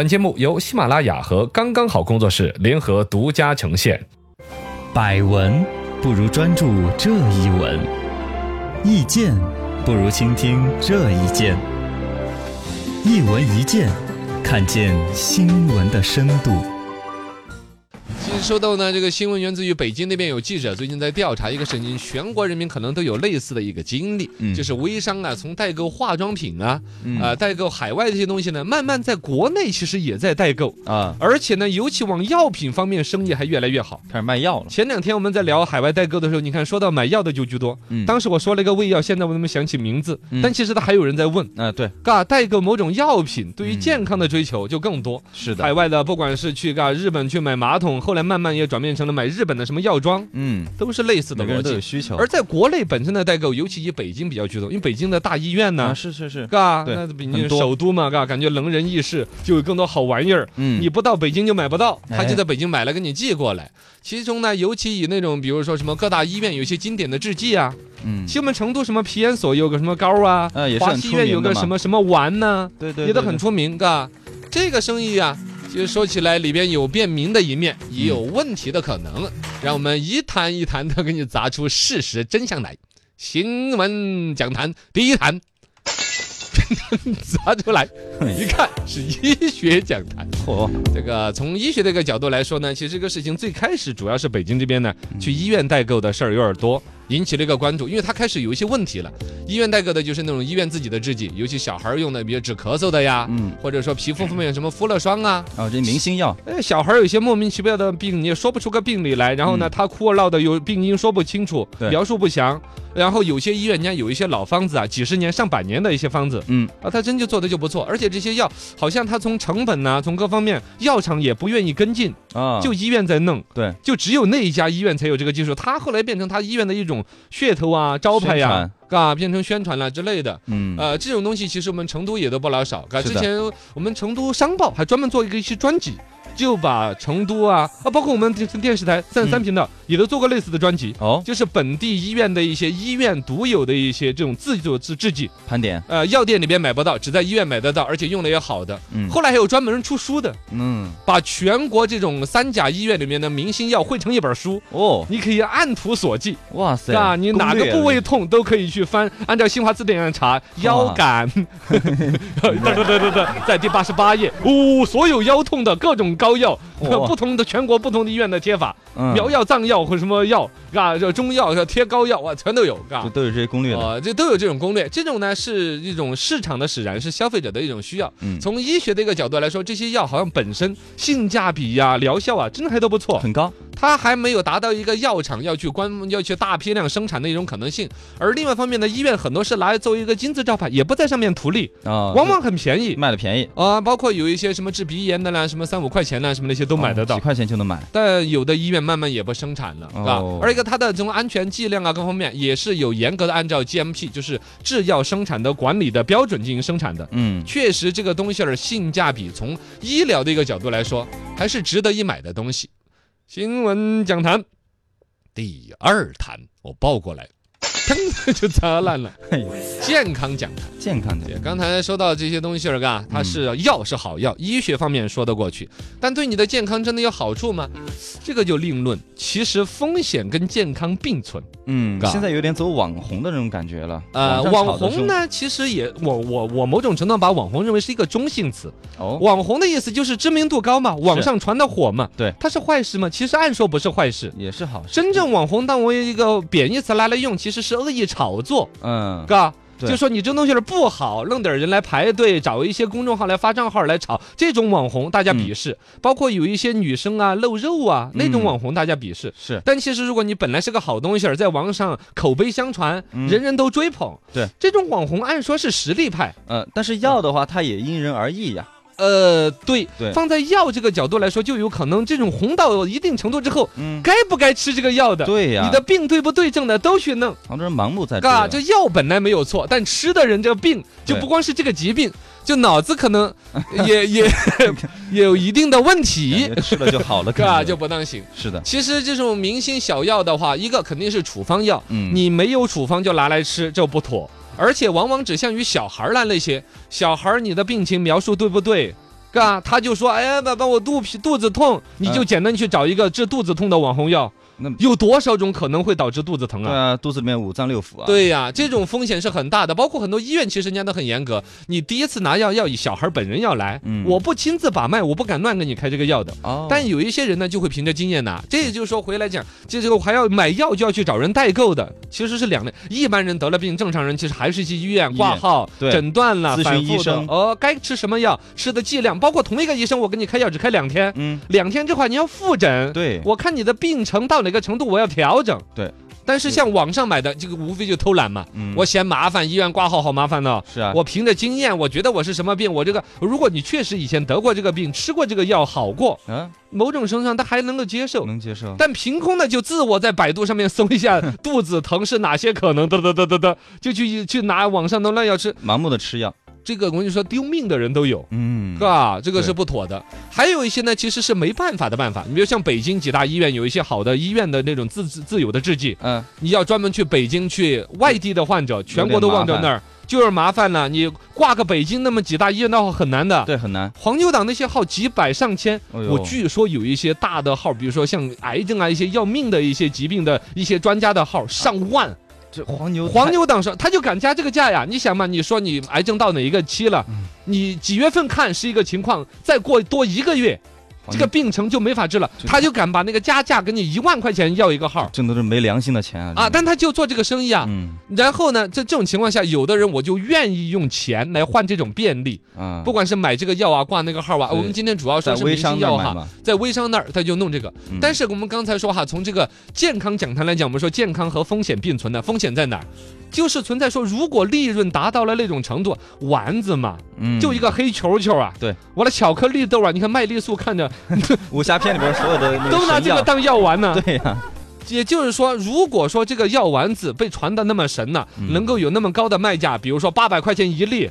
本节目由喜马拉雅和刚刚好工作室联合独家呈现。百闻不如专注这一闻，意见不如倾听这一见。一闻一见，看见新闻的深度。其实说到呢，这个新闻源自于北京那边有记者最近在调查一个事情，全国人民可能都有类似的一个经历，嗯就是微商啊，从代购化妆品啊，呃，代购海外的一些东西呢，慢慢在国内其实也在代购，啊，而且呢，尤其往药品方面生意还越来越好。开始卖药了。前两天我们在聊海外代购的时候，你看说到买药的就居多，嗯当时我说了一个胃药，现在我都没想起名字嗯，但其实他还有人在问，啊，对，嘎，代购某种药品对于嗯健康的追求就更多。是海。外的，不管是去嘎日本去买马桶，后来慢慢也转变成了买日本的什么药妆，嗯，都是类似的每个逻人都有辑。需求。而在国内本身的代购，尤其以北京比较居多，因为北京的大医院啊，呢，是是是，嘎，对那毕很竟多首都嘛，嘎，感觉能人异士，就有更多好玩意儿。嗯你不到北京就买不到，他哎就在北京买了给你寄过来。其中呢，尤其以那种比如说什么各大医院有一些经典的制剂啊，嗯，像我们成都什么皮炎所有个什么膏啊，啊，也是华很西出医院有名的个嘛什么什么丸呢、对对，也都对很。出名，嘎。这个生意啊，其实说起来里边有便民的一面，也有问题的可嗯能。让我们一谈一谈的给你砸出事实真相来。新闻讲坛第一坛，砸出来，一看是医学讲坛。嚯，这个从医学这个角度来说呢，其实这个事情最开始主要是北京这边呢去医院代购的事儿有点多，引起了一个关注，因为它开始有一些问题了。医院代购的就是那种医院自己的制剂，尤其小孩儿用的，比如止咳嗽的呀，嗯，或者说皮肤方面有什么敷乐霜啊，啊，这明星药，哎，小孩儿有些莫名其妙的病，你也说不出个病理来。然后呢，嗯他哭啊闹的有病因说不清楚对，描述不详。然后有些医院人家有一些老方子啊，几十年、上百年的一些方子，嗯，啊，他真就做的就不错。而且这些药好像他从成本呐、从各方面，药厂也不愿意跟进，啊，就医院在弄。对，就只有那一家医院才有这个技术。他后来变成他医院的一种噱头啊、招牌呀、啊，变成宣传啦、之类的。嗯，呃，这种东西其实我们成都也都不老少。嘎，是之的前我们成都商报还专门做一个一期专辑，就把成都啊啊，包括我们电电视台三十三频道、也都做过类似的专辑。哦，就是本地医院的一些医院独有的一些这种自作自制剂，盘点，呃，药店里边买不到，只在医院买得到，而且用的也好的。嗯后来还有专门出书的，嗯，把全国这种三甲医院里面的明星药汇成一本书，哦，你可以按图索骥，哇塞，啊，你哪攻个略部位痛都可以去翻，按照新华字典上查，腰杆，对对对对对，在第八十八页，哦，所有腰痛的各种膏药，哇不同的全国不同的医院的贴法，嗯苗药、藏药或什么药，啊，这中药、这贴膏药，哇，全都有，啊就。都有这些攻略的，哦，这都有这种攻略，这种呢是一种市场的使然，是消费者的一种需要。嗯从医学的一个角度来说，这些药好像本身性价比呀、疗效啊，真的还都不错。很高，它还没有达到一个药厂要去关要去大批量生产的一种可能性。而另外一方面呢，医院很多是拿来作为一个金字招牌，也不在上面图利，啊，往往很便宜。卖的便宜，啊、包括有一些什么治鼻炎的啦，什么三五块钱啦，什么那些都买得哦到几。块钱就能买，但有的医院慢慢也不生产了，啊哦，而一个它的这种安全剂量啊，各方面也是有严格的按照 GMP，就是制药生产的管理的标准进行生产的。嗯，确实，这个东西儿性价比从医疗的一个角度来说，还是值得一买的东西。新闻讲坛第二坛，我抱过来，噌 就砸烂了嘿。健康讲坛，健康的，刚才说到这些东西儿，嘎，嗯它是药是好药，医学方面说得过去，但对你的健康真的有好处吗？这个就另论。其实风险跟健康并存。嗯，嘎现在有点走网红的那种感觉了，呃，上炒网的红呢，其实也我我我某种程度上把网红认为是一个中性词。是，哦，网红的意思就是知名度高嘛，网上传的火嘛。对它是坏事吗？其实按说不是坏事。也是好事，真正网红当为一个贬义词拿来用，其实是恶意炒作，嗯，嘎。对就说你这东西儿不好，弄点人来排队，找一些公众号来发账号来炒，这种网红大家鄙视。包括有一些女生啊露肉啊那种嗯网红大家鄙视。是，但其实如果你本来是个好东西儿，在网上口碑相传，嗯人人都追捧，对这种网红按说是实力派，呃，但是药的话，它也因人而异呀，呃，对，对放在药这个角度来说，就有可能这种红到一定程度之后，嗯，该不该吃这个药的，对呀，你的病对不对症的都去弄，杭州人盲目在嘎，追这药本来没有错，但吃的人这个病就对不光是这个疾病，就脑子可 能也也也有一定的问题感，觉吃啊了就好 了，嘎，感就觉不当行。是的，其实这种明星小药的话，一个肯定是处方药，嗯，你没有处方就拿来吃，这不妥。而且往往指向于小孩儿啦，那些小孩儿你的病情描述对不对？嘎，他就说，哎呀，爸爸，我肚皮肚子痛，你就简单去找一个治肚子痛的网红药。嗯那有多少种可能会导致肚子疼对啊？啊，肚子里面五脏六腑啊。，对呀、这种风险是很大的，包括很多医院其实人家都很严格。你第一次拿药要以小孩本人要来，嗯我不亲自把脉，我不敢乱给你开这个药的。哦，但有一些人呢，就会凭着经验拿。这也就是说，回来讲，这这个还要买药就要去找人代购的，其实是两类。一般人得了病，正常人其实还是去医院医院挂号、对诊断了、咨询反复医的生。哦，该吃什么药，吃的剂量，包括同一个医生，我给你开药只开两天，嗯，两天之后你要复诊。对我看你的病程到哪个程度，我要调整。对。但是像网上买的，这个无非就偷懒嘛。嗯我嫌麻烦，医院挂号好麻烦呢。是啊，我凭着经验，我觉得我是什么病，我这个，如果你确实以前得过这个病，吃过这个药好过，啊某种程度上他还能够接受。能接受。但凭空的就自我在百度上面搜一下肚子疼是哪些可能，得得得得得，就去去拿网上的乱药吃，盲目的吃药，这个我跟你说丢命的人都有，嗯是，吧？这个是对不妥的。还有一些呢，其实是没办法的办法。你比如像北京几大医院有一些好的医院的那种自自自有的制剂，嗯，你要专门去北京去外地的患者，全国都望着那有点儿，就是麻烦了。你挂个北京那么几大医院的话很难的。对，很难。黄牛党那些号几百上千，哎呦我据说有一些大的号，比如说像癌症啊、一些要命的一些疾病的一些专家的号，上万。这黄牛黄太牛党说他就敢加这个价呀？你想嘛，你说你癌症到哪一个期了？嗯你几月份看是一个情况，再过多一个月，黄这个牛病程就没法治了。这他就敢把那个加价给你一万块钱要一个号挣的是没良心的钱啊啊！真的但他就做这个生意啊。嗯然后呢，在这种情况下，有的人我就愿意用钱来换这种便利，啊，不管是买这个药啊、挂那个号啊。对我们今天主要在说是微明商星那药儿买哈，嘛，在微商那儿他就弄这个。嗯但是我们刚才说哈，从这个健康讲坛来讲，我们说健康和风险并存的，风险在哪儿？就是存在说，如果利润达到了那种程度，丸子嘛，嗯就一个黑球球啊，对，完了巧克力豆啊，你看麦丽素看着武侠片里边所有的那 都拿神这个药当药丸呢。对呀，也就是说，如果说这个药丸子被传的那么神呢、嗯能够有那么高的卖价，比如说八百块钱一粒。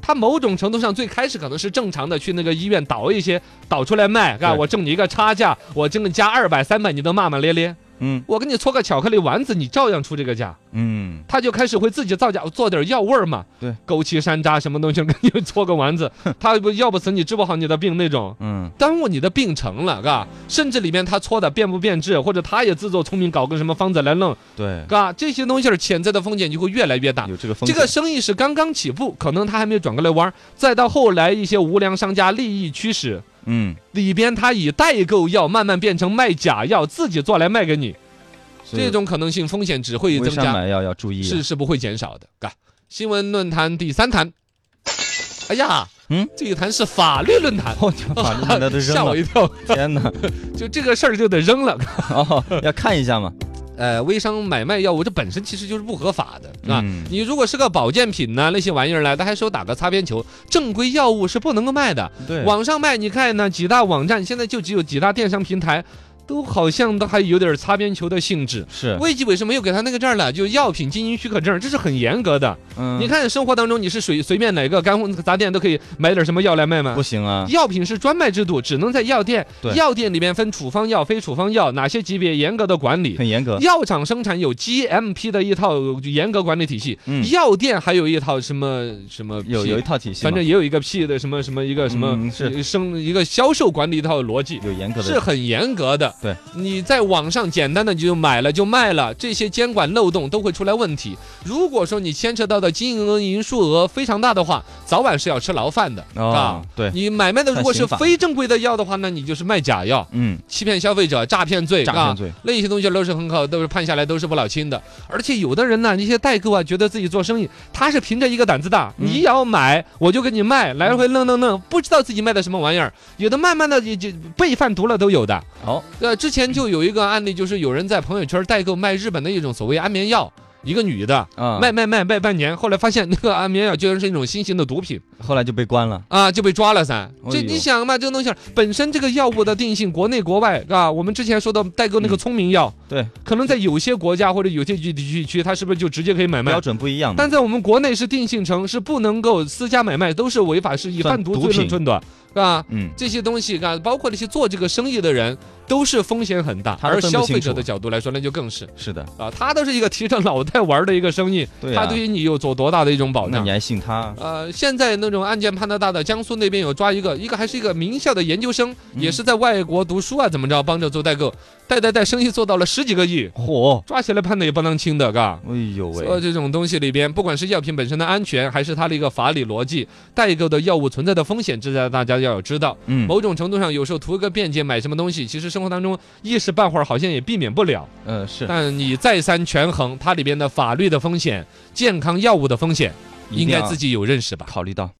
它某种程度上最开始可能是正常的，去那个医院倒一些，倒出来卖，啊，对我挣你一个差价，我挣个加二百、三百，你都骂骂咧咧。嗯我给你搓个巧克力丸子，你照样出这个价，嗯，他就开始会自己造假，做点药味儿嘛。对，枸杞、山楂什么东西，给你搓个丸 子，他不要不死你治不好你的病那种，嗯，耽误你的病程了，嘎。甚至里面他搓的变不变质，或者他也自作聪明搞个什么方子来弄，对，嘎，这些东西儿险在的风险就会越来越大。有啊这个风这险个生意是刚刚起步，可能他还没有转过来弯儿，再到后来一些无良商家利益驱使，嗯，里边他以代购药慢慢变成卖假药，自己做来卖给你。所以这种可能性风险只会微增商加，买药要注意啊， 是是不会减少的。嘎，新闻论坛第三坛，哎呀，嗯，这一坛是法律论 坛，我就把那那都 扔吓我了，一跳，天哪！就这个事儿就得扔了。 哦，要看一下嘛，呃，微商买卖药物这本身其实就是不合法的，啊。嗯你如果是个保健品呢、那些玩意儿呢，他还手打个擦边球，正规药物是不能够卖的。对，网上卖，你看呢，几大网站现在就只有几大电商平台，都好像都还有点擦边球的性质。是，卫计委是没有给他那个证儿了，就药品经营许可证，这是很严格的。嗯你看生活当中，你是随随便哪个干货杂店都可以买点什么药来卖吗不？行啊，药品是专卖制度，只能在药店对。药店里面分处方药、非处方药，哪些级别严格的管理。很严格，药厂生产有 GMP 的一套严格管理体系，嗯药店还有一套什么什么有 P，有一套体系嘛，反正也有一个 P 的什么什么一个什么、嗯是生一个销售管理一套逻辑。有严格的，是很严格的。对，你在网上简单的就买了就卖了，这些监管漏洞都会出来问题。如果说你牵扯到的金额银数额非常大的话，早晚是要吃牢饭的、哦，对，你买卖的如果是算刑法非正规的药的话，那你就是卖假药、嗯，欺骗消费者、诈骗罪，诈啊骗罪，那些东西都是很可，都是判下来都是不老轻的。而且有的人呢，那些代购啊，觉得自己做生意，他是凭着一个胆子大，嗯你要买我就给你卖，来回弄弄弄，不知道自己卖的什么玩意儿。有的慢慢的也就被贩毒了都有的。好，呃，之前就有一个案例，就是有人在朋友圈代购卖日本的一种所谓安眠药。一个女的啊，卖卖卖卖半年，后来发现那个安眠药居然是一种新型的毒品后来就被关了，啊，就被抓了噻。这哎呦你想嘛，这个东西儿本身这个药物的定性，国内国外啊，我们之前说的代购那个聪明药，对，可能在有些国家或者有些地区区，它是不是就直接可以买卖标？准不一样嘛，但在我们国内是定性成是不能够私家买卖，都是违法，是以算贩毒毒罪论品论的，啊。嗯，这些东西啊，包括那些做这个生意的人，都是风险很大。他都而分不消清费者楚的角度来说，那就更是是的，啊，他都是一个提着脑袋玩的一个生意，对啊他呀，对于你有做多大的一种保那障你？还信他？呃，现在那种案件判的大的，江苏那边有抓一个，一个还是一个名校的研究生，也是在外国读书啊，怎么着，帮着做代购，代代代生意做到了十几个亿，嚯，抓起来判的也不当轻的，嘎。哎呦所有喂，这种东西里边，不管是药品本身的安全，还是它的一个法理逻辑，代购的药物存在的风险，这在大家要有知道。嗯某种程度上，有时候图个便捷买什么东西，其实生活当中一时半会儿好像也避免不了。呃是，但你再三权衡它里边的法律的风险、健康药物的风险，一应定该要自己有认识吧。考虑到。